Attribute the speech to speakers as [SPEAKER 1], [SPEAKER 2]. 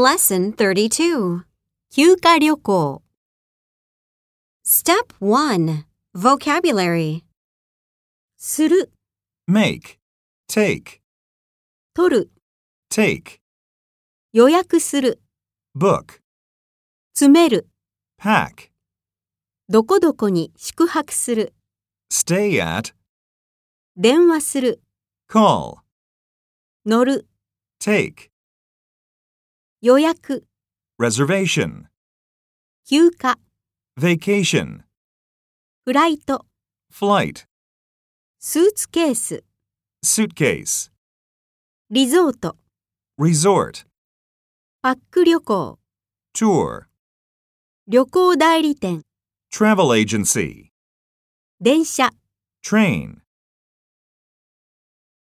[SPEAKER 1] Lesson 32 Kyuka Ryoko Step 1 Vocabulary する、
[SPEAKER 2] make, take,
[SPEAKER 1] 取る、
[SPEAKER 2] take,
[SPEAKER 1] 予約する、
[SPEAKER 2] book,
[SPEAKER 1] 詰める、
[SPEAKER 2] pack,
[SPEAKER 1] どこどこに宿泊する、
[SPEAKER 2] stay at,
[SPEAKER 1] 電話する、
[SPEAKER 2] call,
[SPEAKER 1] 乗る、
[SPEAKER 2] take,
[SPEAKER 1] 予約、
[SPEAKER 2] reservation,
[SPEAKER 1] 休暇、
[SPEAKER 2] vacation,
[SPEAKER 1] フライト、
[SPEAKER 2] flight,
[SPEAKER 1] スーツケース、
[SPEAKER 2] suitcase,
[SPEAKER 1] リゾート、
[SPEAKER 2] resort,
[SPEAKER 1] パック旅行、
[SPEAKER 2] tour,
[SPEAKER 1] 旅行代理店、
[SPEAKER 2] travel agency,
[SPEAKER 1] 電車。
[SPEAKER 2] train.